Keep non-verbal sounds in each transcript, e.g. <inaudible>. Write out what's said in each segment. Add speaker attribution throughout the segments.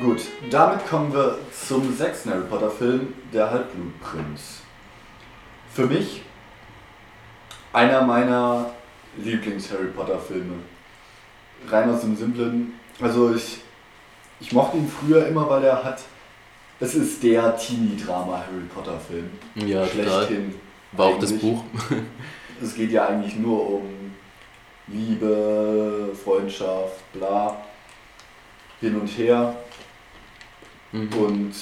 Speaker 1: Gut, damit kommen wir zum sechsten Harry Potter Film, Der Halbblutprinz. Für mich einer meiner Lieblings-Harry Potter Filme. Rein aus dem Simplen. Also ich, ich mochte ihn früher immer, weil er hat... Es ist der Teenie-Drama-Harry Potter Film.
Speaker 2: Ja, total.
Speaker 1: Schlechthin.
Speaker 2: War auch das
Speaker 1: Eigentlich-
Speaker 2: Buch.
Speaker 1: Es geht ja eigentlich nur um Liebe, Freundschaft, bla, hin und her
Speaker 2: Mhm.
Speaker 1: und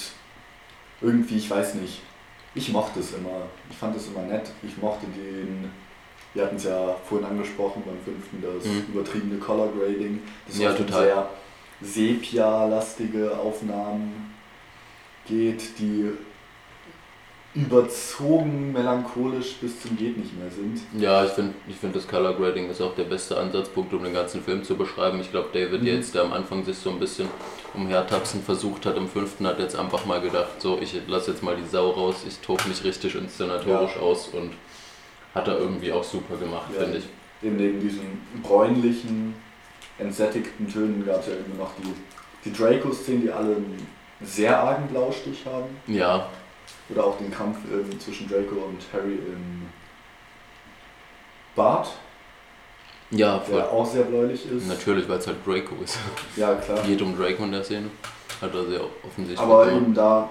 Speaker 1: irgendwie, ich weiß nicht, ich mochte es immer. Ich fand es immer nett. Ich mochte den, wir hatten es ja vorhin angesprochen beim fünften, das
Speaker 2: Mhm.
Speaker 1: übertriebene Color Grading. Das
Speaker 2: Ja,
Speaker 1: oft um
Speaker 2: total.
Speaker 1: sehr sepia-lastige Aufnahmen geht, die überzogen melancholisch bis zum geht nicht mehr sind.
Speaker 2: Ja, ich finde, ich find das Color Grading ist auch der beste Ansatzpunkt, um den ganzen Film zu beschreiben. Ich glaube, David
Speaker 1: Mhm.
Speaker 2: jetzt, der am Anfang sich so ein bisschen umhertapsen versucht hat, im fünften hat jetzt einfach mal gedacht, so, ich lasse jetzt mal die Sau raus, ich tob mich richtig inszenatorisch aus und hat er irgendwie auch super gemacht,
Speaker 1: Ja.
Speaker 2: finde ich.
Speaker 1: Eben neben diesen bräunlichen, entsättigten Tönen gab es ja immer noch die, die Draco-Szenen, die alle einen sehr argen Blaustich haben.
Speaker 2: Ja,
Speaker 1: Oder auch den Kampf ähm, zwischen Draco und Harry im Bad,
Speaker 2: ja,
Speaker 1: der
Speaker 2: voll.
Speaker 1: auch sehr bläulich ist.
Speaker 2: Natürlich, weil es halt Draco ist.
Speaker 1: Ja, klar.
Speaker 2: Geht um Draco in der Szene. Hat er sehr offensichtlich
Speaker 1: Aber
Speaker 2: gemacht.
Speaker 1: eben da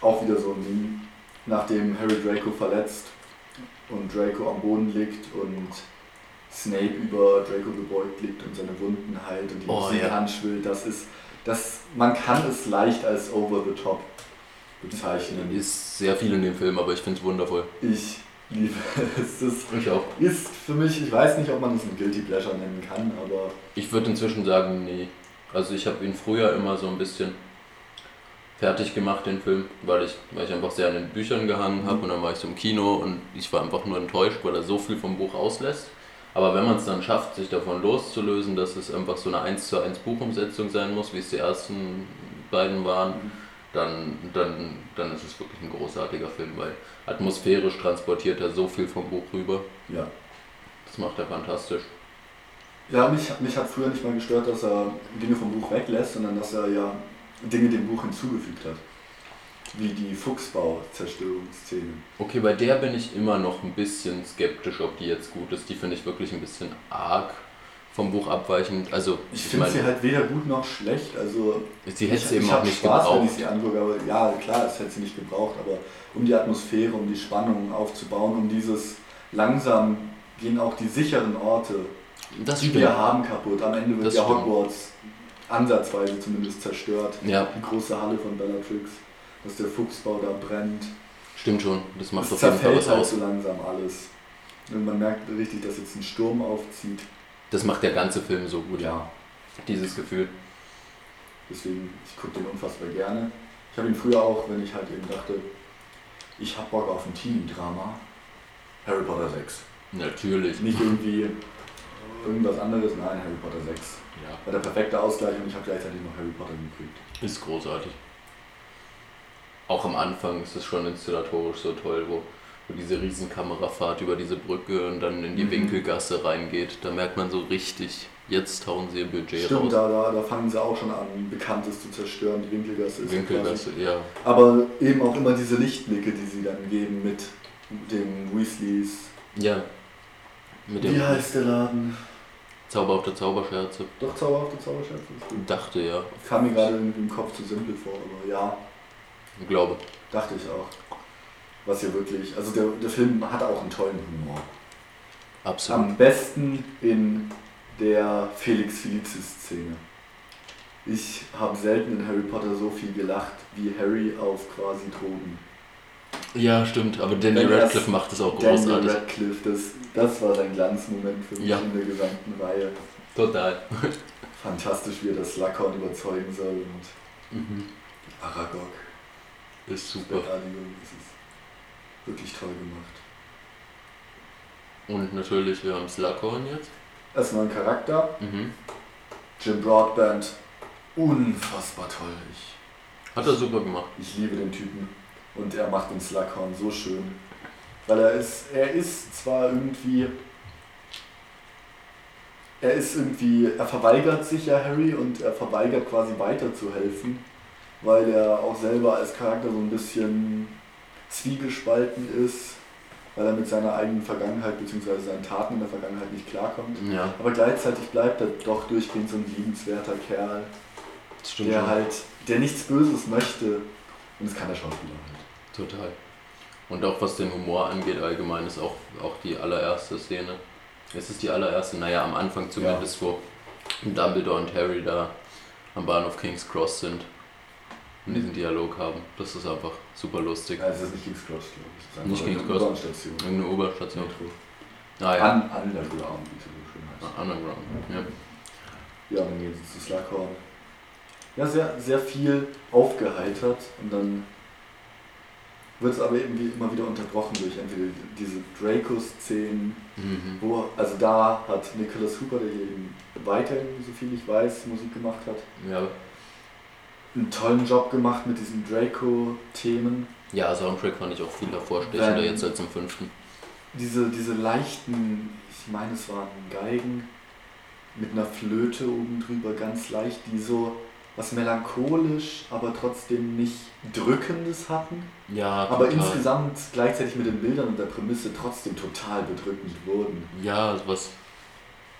Speaker 1: auch wieder so ein Ding, nachdem Harry Draco verletzt und Draco am Boden liegt und Snape über Draco gebeugt liegt und seine Wunden heilt und die
Speaker 2: Oh,
Speaker 1: Musik
Speaker 2: ja.
Speaker 1: anschwillt, das ist, das, man kann es leicht als over the top bezeichnen.
Speaker 2: Ist sehr viel in dem Film, aber ich finde es wundervoll.
Speaker 1: Ich liebe <laughs> es. Es
Speaker 2: Ich auch.
Speaker 1: ist für mich, ich weiß nicht, ob man es ein Guilty Pleasure nennen kann, aber
Speaker 2: Ich würde inzwischen sagen, nee. Also ich habe ihn früher immer so ein bisschen fertig gemacht, den Film, weil ich, weil ich einfach sehr an den Büchern gehangen habe
Speaker 1: Mhm.
Speaker 2: und dann war ich so im Kino und ich war einfach nur enttäuscht, weil er so viel vom Buch auslässt. Aber wenn man es dann schafft, sich davon loszulösen, dass es einfach so eine 1 zu 1 Buchumsetzung sein muss, wie es die ersten beiden waren, dann, dann, dann ist es wirklich ein großartiger Film, weil atmosphärisch transportiert er so viel vom Buch rüber.
Speaker 1: ja.
Speaker 2: Das macht er fantastisch.
Speaker 1: Ja, mich, mich hat früher nicht mal gestört, dass er Dinge vom Buch weglässt, sondern dass er ja Dinge dem Buch hinzugefügt hat. Wie die Fuchsbau-Zerstörungsszene.
Speaker 2: Okay, bei der bin ich immer noch ein bisschen skeptisch, ob die jetzt gut ist. Die finde ich wirklich ein bisschen arg vom Buch abweichend. Also,
Speaker 1: Ich finde sie halt weder gut noch schlecht. Also,
Speaker 2: sie hätte es
Speaker 1: ich,
Speaker 2: eben
Speaker 1: ich
Speaker 2: auch
Speaker 1: hab
Speaker 2: nicht
Speaker 1: Spaß, wenn ich
Speaker 2: gebraucht.
Speaker 1: sie angucke, aber ja, klar, es hätte sie nicht gebraucht. Aber um die Atmosphäre, um die Spannung aufzubauen, um dieses langsam gehen auch die sicheren Orte,
Speaker 2: Das
Speaker 1: die
Speaker 2: stimmt.
Speaker 1: wir haben, kaputt. Am Ende wird
Speaker 2: Das
Speaker 1: ja
Speaker 2: stimmt.
Speaker 1: Hogwarts ansatzweise zumindest zerstört.
Speaker 2: Ja,
Speaker 1: Die große Halle von Bellatrix, dass der Fuchsbau da brennt.
Speaker 2: stimmt schon. Das macht
Speaker 1: Es
Speaker 2: auf jeden Fall
Speaker 1: zerfällt
Speaker 2: was
Speaker 1: halt
Speaker 2: aus.
Speaker 1: so langsam alles. Und man merkt richtig, dass jetzt ein Sturm aufzieht.
Speaker 2: Das macht der ganze Film so gut.
Speaker 1: Ja.
Speaker 2: Dieses Gefühl.
Speaker 1: Deswegen, ich gucke den unfassbar gerne. Ich habe ihn früher auch, wenn ich halt eben dachte, ich habe Bock auf ein Teenie-Drama. Harry Potter 6.
Speaker 2: Natürlich.
Speaker 1: Nicht irgendwie irgendwas anderes, nein, Harry Potter 6.
Speaker 2: Ja,
Speaker 1: War der perfekte Ausgleich und ich habe gleichzeitig noch Harry Potter gekriegt.
Speaker 2: ist großartig. Auch am Anfang ist es schon inszenatorisch so toll, wo, wo diese Riesenkamerafahrt über diese Brücke und dann in die
Speaker 1: Mhm.
Speaker 2: Winkelgasse reingeht. Da merkt man so richtig, jetzt hauen sie ihr Budget
Speaker 1: Stimmt,
Speaker 2: raus.
Speaker 1: da, da, da fangen sie auch schon an, Bekanntes zu zerstören. Die Winkelgasse ist quasi
Speaker 2: Winkelgasse, ja.
Speaker 1: Aber eben auch immer diese Lichtblicke, die sie dann geben mit den Weasleys.
Speaker 2: Ja. Mit
Speaker 1: Wie
Speaker 2: dem
Speaker 1: heißt der Laden?
Speaker 2: zauberhafte Zauberscherze.
Speaker 1: Doch, zauberhafte Zauberscherze. ist gut.
Speaker 2: Dachte ja.
Speaker 1: Kam mir gerade irgendwie im Kopf zu simpel vor, aber ja,
Speaker 2: Ich glaube.
Speaker 1: dachte ich auch. Was hier wirklich, also der, der Film hat auch einen tollen Humor.
Speaker 2: Absolut.
Speaker 1: Am besten in der Felix Felicis-Szene. Ich habe selten in Harry Potter so viel gelacht wie Harry auf quasi Drogen.
Speaker 2: Ja, stimmt. Aber Danny
Speaker 1: Wenn das-
Speaker 2: Radcliffe macht es auch
Speaker 1: Daniel
Speaker 2: großartig.
Speaker 1: Radcliffe, das, das war sein Glanzmoment für mich
Speaker 2: Ja.
Speaker 1: in der gesamten Reihe.
Speaker 2: Total.
Speaker 1: Fantastisch, wie er das Slughorn überzeugen soll und
Speaker 2: Mhm.
Speaker 1: Aragog,
Speaker 2: Ist super.
Speaker 1: Beerdigung, das ist wirklich toll gemacht.
Speaker 2: Und natürlich, wir haben Slughorn jetzt.
Speaker 1: Erstmal ein Charakter,
Speaker 2: Mhm.
Speaker 1: Jim Broadbent, unfassbar toll. Ich,
Speaker 2: Hat er super gemacht.
Speaker 1: ich liebe den Typen und er macht den Slughorn so schön, weil er ist, er ist zwar irgendwie, er ist irgendwie, er verweigert sich ja Harry und er verweigert quasi weiterzuhelfen, weil er auch selber als Charakter so ein bisschen zwiegespalten ist, weil er mit seiner eigenen Vergangenheit bzw. seinen Taten in der Vergangenheit nicht klarkommt.
Speaker 2: Ja,
Speaker 1: Aber gleichzeitig bleibt er doch durchgehend so ein liebenswerter Kerl,
Speaker 2: das stimmt
Speaker 1: der
Speaker 2: schon.
Speaker 1: halt, der nichts Böses möchte. Und das kann der Schauspieler halt.
Speaker 2: Total. Und auch was den Humor angeht, allgemein ist auch, auch die allererste Szene. Es ist die allererste, naja, am Anfang zumindest, wo Dumbledore und Harry da am Bahnhof King's Cross sind und diesen Dialog haben. Das ist einfach super lustig.
Speaker 1: Ja, es Also ist nicht King's Cross, glaube ich. Das ist einfach
Speaker 2: Nicht
Speaker 1: eine
Speaker 2: King's Cross.
Speaker 1: U-Bahn-Station.
Speaker 2: Irgendeine U-Bahn-Station.
Speaker 1: Metro.
Speaker 2: Ah ja,
Speaker 1: An Underground, wie es so schön heißt.
Speaker 2: Underground. Ja.
Speaker 1: Ja, dann gehen sie zu Slughorn. Ja, sehr, sehr viel aufgeheitert und dann wird es aber eben wie immer wieder unterbrochen durch entweder diese Draco-Szenen,
Speaker 2: Mhm.
Speaker 1: wo, also da hat Nicholas Hooper, der hier eben weiterhin, so viel ich weiß, Musik gemacht hat,
Speaker 2: ja.
Speaker 1: einen tollen Job gemacht mit diesen Draco-Themen.
Speaker 2: Ja, Soundtrack fand ich auch viel hervorstechender
Speaker 1: Ähm.
Speaker 2: jetzt als im fünften.
Speaker 1: Diese, diese leichten, ich meine es waren Geigen mit einer Flöte oben drüber, ganz leicht, die so was melancholisch, aber trotzdem nicht drückendes hatten,
Speaker 2: Ja,
Speaker 1: aber
Speaker 2: total.
Speaker 1: insgesamt gleichzeitig mit den Bildern und der Prämisse trotzdem total bedrückend wurden.
Speaker 2: Ja, was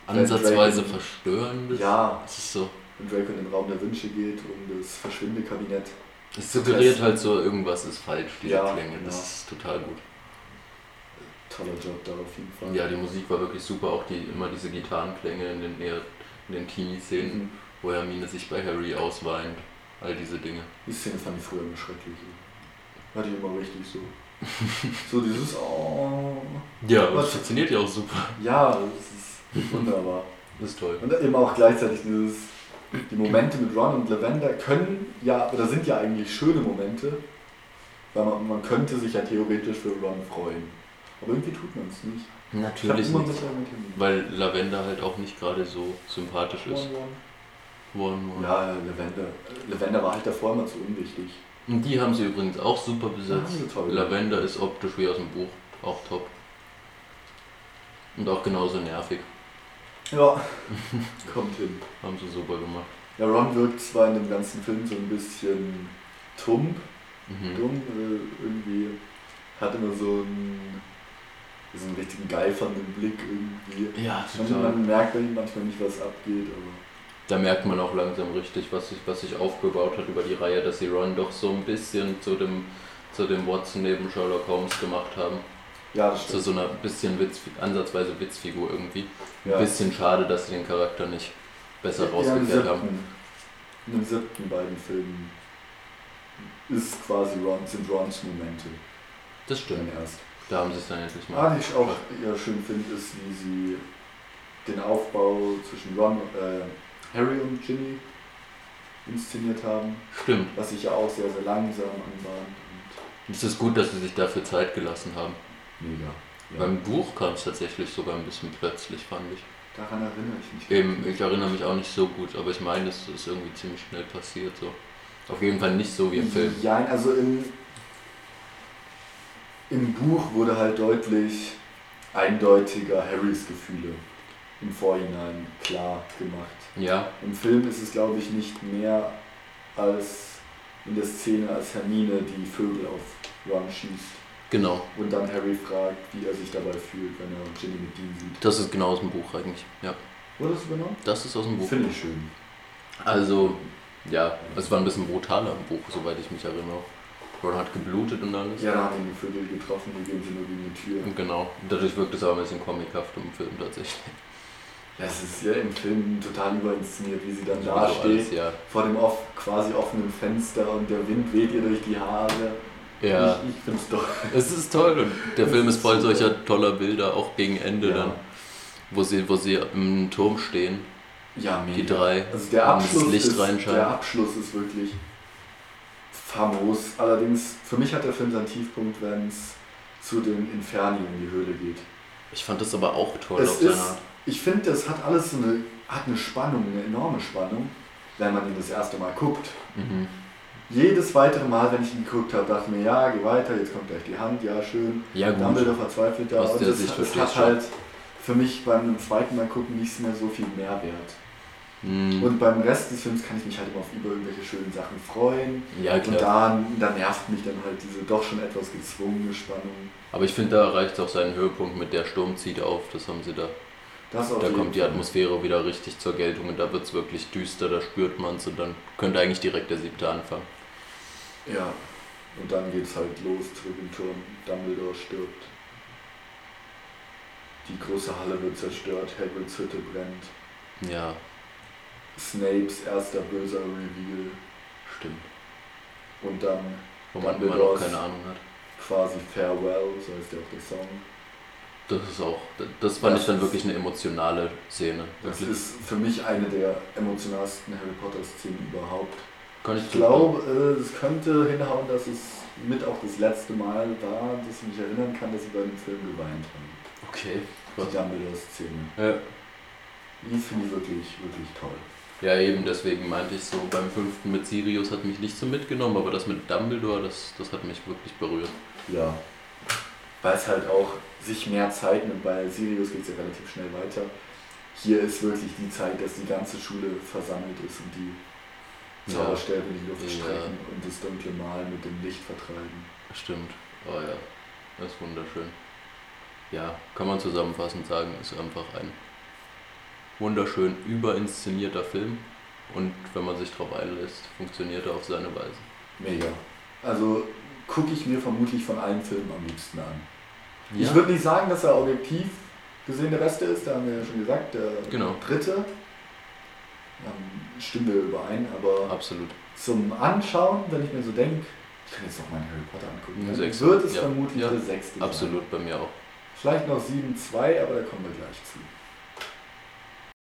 Speaker 1: Wenn Draco-
Speaker 2: ansatzweise verstörendes.
Speaker 1: Ja,
Speaker 2: Es ist so.
Speaker 1: wenn Draco in den Raum der Wünsche geht, um das Verschwindekabinett.
Speaker 2: Es
Speaker 1: Zu
Speaker 2: suggeriert
Speaker 1: testen.
Speaker 2: halt so, irgendwas ist falsch, diese
Speaker 1: Ja,
Speaker 2: Klänge. Das
Speaker 1: genau.
Speaker 2: ist total gut.
Speaker 1: Toller Job da auf jeden Fall.
Speaker 2: Ja, die Musik war wirklich super, auch die immer diese Gitarrenklänge in den eher in den Teenie-Szenen,
Speaker 1: Mhm.
Speaker 2: wo Hermine sich bei Harry ausweint. All diese Dinge.
Speaker 1: Die Szene fand ich früher immer schrecklich. Hatte ich immer richtig so. <laughs> so dieses Oh.
Speaker 2: Ja, aber
Speaker 1: Was-
Speaker 2: das funktioniert ja auch super.
Speaker 1: Ja, das ist wunderbar.
Speaker 2: Das ist toll.
Speaker 1: Und eben auch gleichzeitig dieses, die Momente mit Ron und Lavender können ja, oder sind ja eigentlich schöne Momente, weil man, man könnte sich ja theoretisch für Ron freuen. Aber irgendwie tut man es nicht. Ich habe
Speaker 2: Natürlich
Speaker 1: immer
Speaker 2: nicht.
Speaker 1: bisher mit ihm.
Speaker 2: Weil Lavender halt auch nicht gerade so sympathisch ist.
Speaker 1: Ron, Ron.
Speaker 2: One, one.
Speaker 1: Ja, Lavender. Lavender war halt davor immer zu unwichtig.
Speaker 2: Und die haben sie übrigens auch super besetzt.
Speaker 1: Ja, toll.
Speaker 2: Lavender ist optisch wie aus dem Buch. Auch top. Und auch genauso nervig.
Speaker 1: Ja, <laughs> kommt hin.
Speaker 2: Haben sie super gemacht.
Speaker 1: Ja, Ron wirkt zwar in dem ganzen Film so ein bisschen tump,
Speaker 2: Mhm.
Speaker 1: dumm, äh, irgendwie hat immer so einen, so einen richtigen geifernden Blick irgendwie.
Speaker 2: Ja,
Speaker 1: Man,
Speaker 2: total.
Speaker 1: man merkt bei ihm manchmal nicht, was abgeht, aber
Speaker 2: Da merkt man auch langsam richtig, was sich was sich aufgebaut hat über die Reihe, dass sie Ron doch so ein bisschen zu dem, zu dem Watson neben Sherlock Holmes gemacht haben.
Speaker 1: ja, das
Speaker 2: Zu
Speaker 1: stimmt.
Speaker 2: so einer bisschen Witz, ansatzweise Witzfigur irgendwie. Ein
Speaker 1: ja.
Speaker 2: bisschen schade, dass sie den Charakter nicht besser
Speaker 1: ja, im
Speaker 2: rausgekehrt haben.
Speaker 1: siebten, in den siebten beiden Filmen ist quasi Ron, sind Rons Momente
Speaker 2: Das
Speaker 1: dann
Speaker 2: stimmt.
Speaker 1: erst.
Speaker 2: Da haben sie es dann endlich mal.
Speaker 1: Was ich auch ja, schön finde, ist, wie sie den Aufbau zwischen Ron, äh, Harry und Ginny inszeniert haben,
Speaker 2: Stimmt.
Speaker 1: was sich ja auch sehr, sehr langsam anbahnt. Und
Speaker 2: Es ist gut, dass sie sich dafür Zeit gelassen haben.
Speaker 1: Mega.
Speaker 2: Beim Buch kam es tatsächlich sogar ein bisschen plötzlich, fand ich.
Speaker 1: Daran erinnere ich mich.
Speaker 2: Eben, ich erinnere mich auch nicht so gut, aber ich meine, es ist irgendwie ziemlich schnell passiert. So. Auf jeden Fall nicht so wie im Film.
Speaker 1: Ja, also im, im Buch wurde halt deutlich eindeutiger Harrys Gefühle im Vorhinein klar gemacht.
Speaker 2: Ja,
Speaker 1: Im Film ist es, glaube ich, nicht mehr als in der Szene, als Hermine die Vögel auf Ron schießt
Speaker 2: genau.
Speaker 1: und dann Harry fragt, wie er sich dabei fühlt, wenn er Ginny mit ihm sieht.
Speaker 2: Das ist genau aus dem Buch eigentlich. Ja,
Speaker 1: Wurde es übernommen?
Speaker 2: das ist aus dem Buch.
Speaker 1: Finde ich schön.
Speaker 2: Also, ja, es war ein bisschen brutaler im Buch, soweit ich mich erinnere. Ron hat geblutet und alles.
Speaker 1: Ja, da haben ihn die Vögel getroffen, die gehen sie nur gegen die Tür.
Speaker 2: Und Genau. Dadurch wirkt es aber ein bisschen comichaft im Film tatsächlich.
Speaker 1: Das ist ja im Film total überinszeniert, wie sie dann
Speaker 2: So
Speaker 1: da steht.
Speaker 2: Also alles, ja.
Speaker 1: vor dem off quasi offenen Fenster und der Wind weht ihr durch die Haare.
Speaker 2: Ja.
Speaker 1: Ich, ich find's doch.
Speaker 2: Es ist toll und der
Speaker 1: Es
Speaker 2: Film
Speaker 1: ist
Speaker 2: ist voll
Speaker 1: super.
Speaker 2: solcher toller Bilder, auch gegen Ende
Speaker 1: Ja.
Speaker 2: dann, wo sie, wo sie im Turm stehen,
Speaker 1: Ja,
Speaker 2: die drei.
Speaker 1: Also der
Speaker 2: Und das
Speaker 1: Abschluss,
Speaker 2: Licht
Speaker 1: ist,
Speaker 2: reinscheinen.
Speaker 1: der Abschluss ist wirklich famos. Allerdings, für mich hat der Film seinen Tiefpunkt, wenn es zu den Inferni in die Höhle geht.
Speaker 2: Ich fand das aber auch toll
Speaker 1: Es
Speaker 2: auf seine
Speaker 1: ist-
Speaker 2: Art.
Speaker 1: Ich finde, das hat alles so eine, hat eine Spannung, eine enorme Spannung, wenn man ihn das erste Mal guckt.
Speaker 2: Mhm.
Speaker 1: Jedes weitere Mal, wenn ich ihn geguckt habe, dachte ich mir, ja, geh weiter, jetzt kommt gleich die Hand, ja, schön.
Speaker 2: Ja gut,
Speaker 1: Dumbledore verzweifelt da
Speaker 2: Aus
Speaker 1: und
Speaker 2: der
Speaker 1: das,
Speaker 2: Sicht
Speaker 1: das
Speaker 2: verstehe
Speaker 1: hat
Speaker 2: ich schon.
Speaker 1: halt für mich beim zweiten Mal gucken nicht mehr so viel Mehrwert.
Speaker 2: Hm.
Speaker 1: Und beim Rest des Films kann ich mich halt immer auf über irgendwelche schönen Sachen freuen.
Speaker 2: ja, klar.
Speaker 1: Und dann, dann nervt mich dann halt diese doch schon etwas gezwungene Spannung.
Speaker 2: Aber ich finde, da erreicht es auch seinen Höhepunkt mit der Sturm zieht auf. Das haben sie da.
Speaker 1: Das auf
Speaker 2: Da
Speaker 1: jeden
Speaker 2: kommt die
Speaker 1: Fall.
Speaker 2: Atmosphäre wieder richtig zur Geltung und da wird es wirklich düster, da spürt man es und dann könnte eigentlich direkt der siebte anfangen.
Speaker 1: Ja. Und dann geht's halt los, Tribunturm, Dumbledore stirbt. Die große Halle wird zerstört, Hagrids Hütte brennt.
Speaker 2: Ja,
Speaker 1: Snapes erster böser Reveal
Speaker 2: stimmt.
Speaker 1: und dann
Speaker 2: Wo man
Speaker 1: Dann
Speaker 2: immer noch
Speaker 1: Bedors.
Speaker 2: keine Ahnung hat.
Speaker 1: quasi Farewell, so heißt ja auch der Song.
Speaker 2: Das ist auch, das fand
Speaker 1: Das
Speaker 2: ich dann
Speaker 1: ist-
Speaker 2: wirklich eine emotionale Szene.
Speaker 1: Das
Speaker 2: Wirklich.
Speaker 1: ist für mich eine der emotionalsten Harry Potter Szenen überhaupt.
Speaker 2: Kann ich
Speaker 1: Ich glaube, äh, es könnte hinhauen, dass es mit auch das letzte Mal war, dass ich mich erinnern kann, dass ich bei dem Film geweint habe.
Speaker 2: Okay.
Speaker 1: Die Dumbledore Szene.
Speaker 2: Ja.
Speaker 1: Die finde ich wirklich, wirklich toll.
Speaker 2: Ja, eben, deswegen meinte ich so, beim fünften mit Sirius hat mich nicht so mitgenommen, aber das mit Dumbledore, das, das hat mich wirklich berührt.
Speaker 1: Ja. Weil es halt auch sich mehr Zeit nimmt. Bei Sirius geht es ja relativ schnell weiter. Hier ist wirklich die Zeit, dass die ganze Schule versammelt ist und die
Speaker 2: Ja.
Speaker 1: Zauberstäbe in die Luft
Speaker 2: Ja.
Speaker 1: strecken und das dunkle Mal mit dem Licht vertreiben.
Speaker 2: Stimmt. Oh ja, das ist wunderschön. Ja, kann man zusammenfassend sagen, ist einfach ein wunderschön überinszenierter Film. Und wenn man sich drauf einlässt, funktioniert er auf seine Weise.
Speaker 1: Mega. Also gucke ich mir vermutlich von allen Filmen am liebsten an. Ich
Speaker 2: Ja,
Speaker 1: würde nicht sagen, dass er objektiv gesehen der Beste ist, da haben wir ja schon gesagt, der
Speaker 2: Genau.
Speaker 1: dritte. Ähm, stimmen wir überein, aber
Speaker 2: absolut.
Speaker 1: zum Anschauen, wenn ich mir so denke, ich kann jetzt noch mal einen Harry Potter angucken,
Speaker 2: Eine
Speaker 1: dann
Speaker 2: Sechs.
Speaker 1: wird es
Speaker 2: Ja.
Speaker 1: vermutlich
Speaker 2: Ja.
Speaker 1: der sechste
Speaker 2: Absolut bei mir auch.
Speaker 1: sein. Vielleicht noch 7-2, aber da kommen wir gleich zu.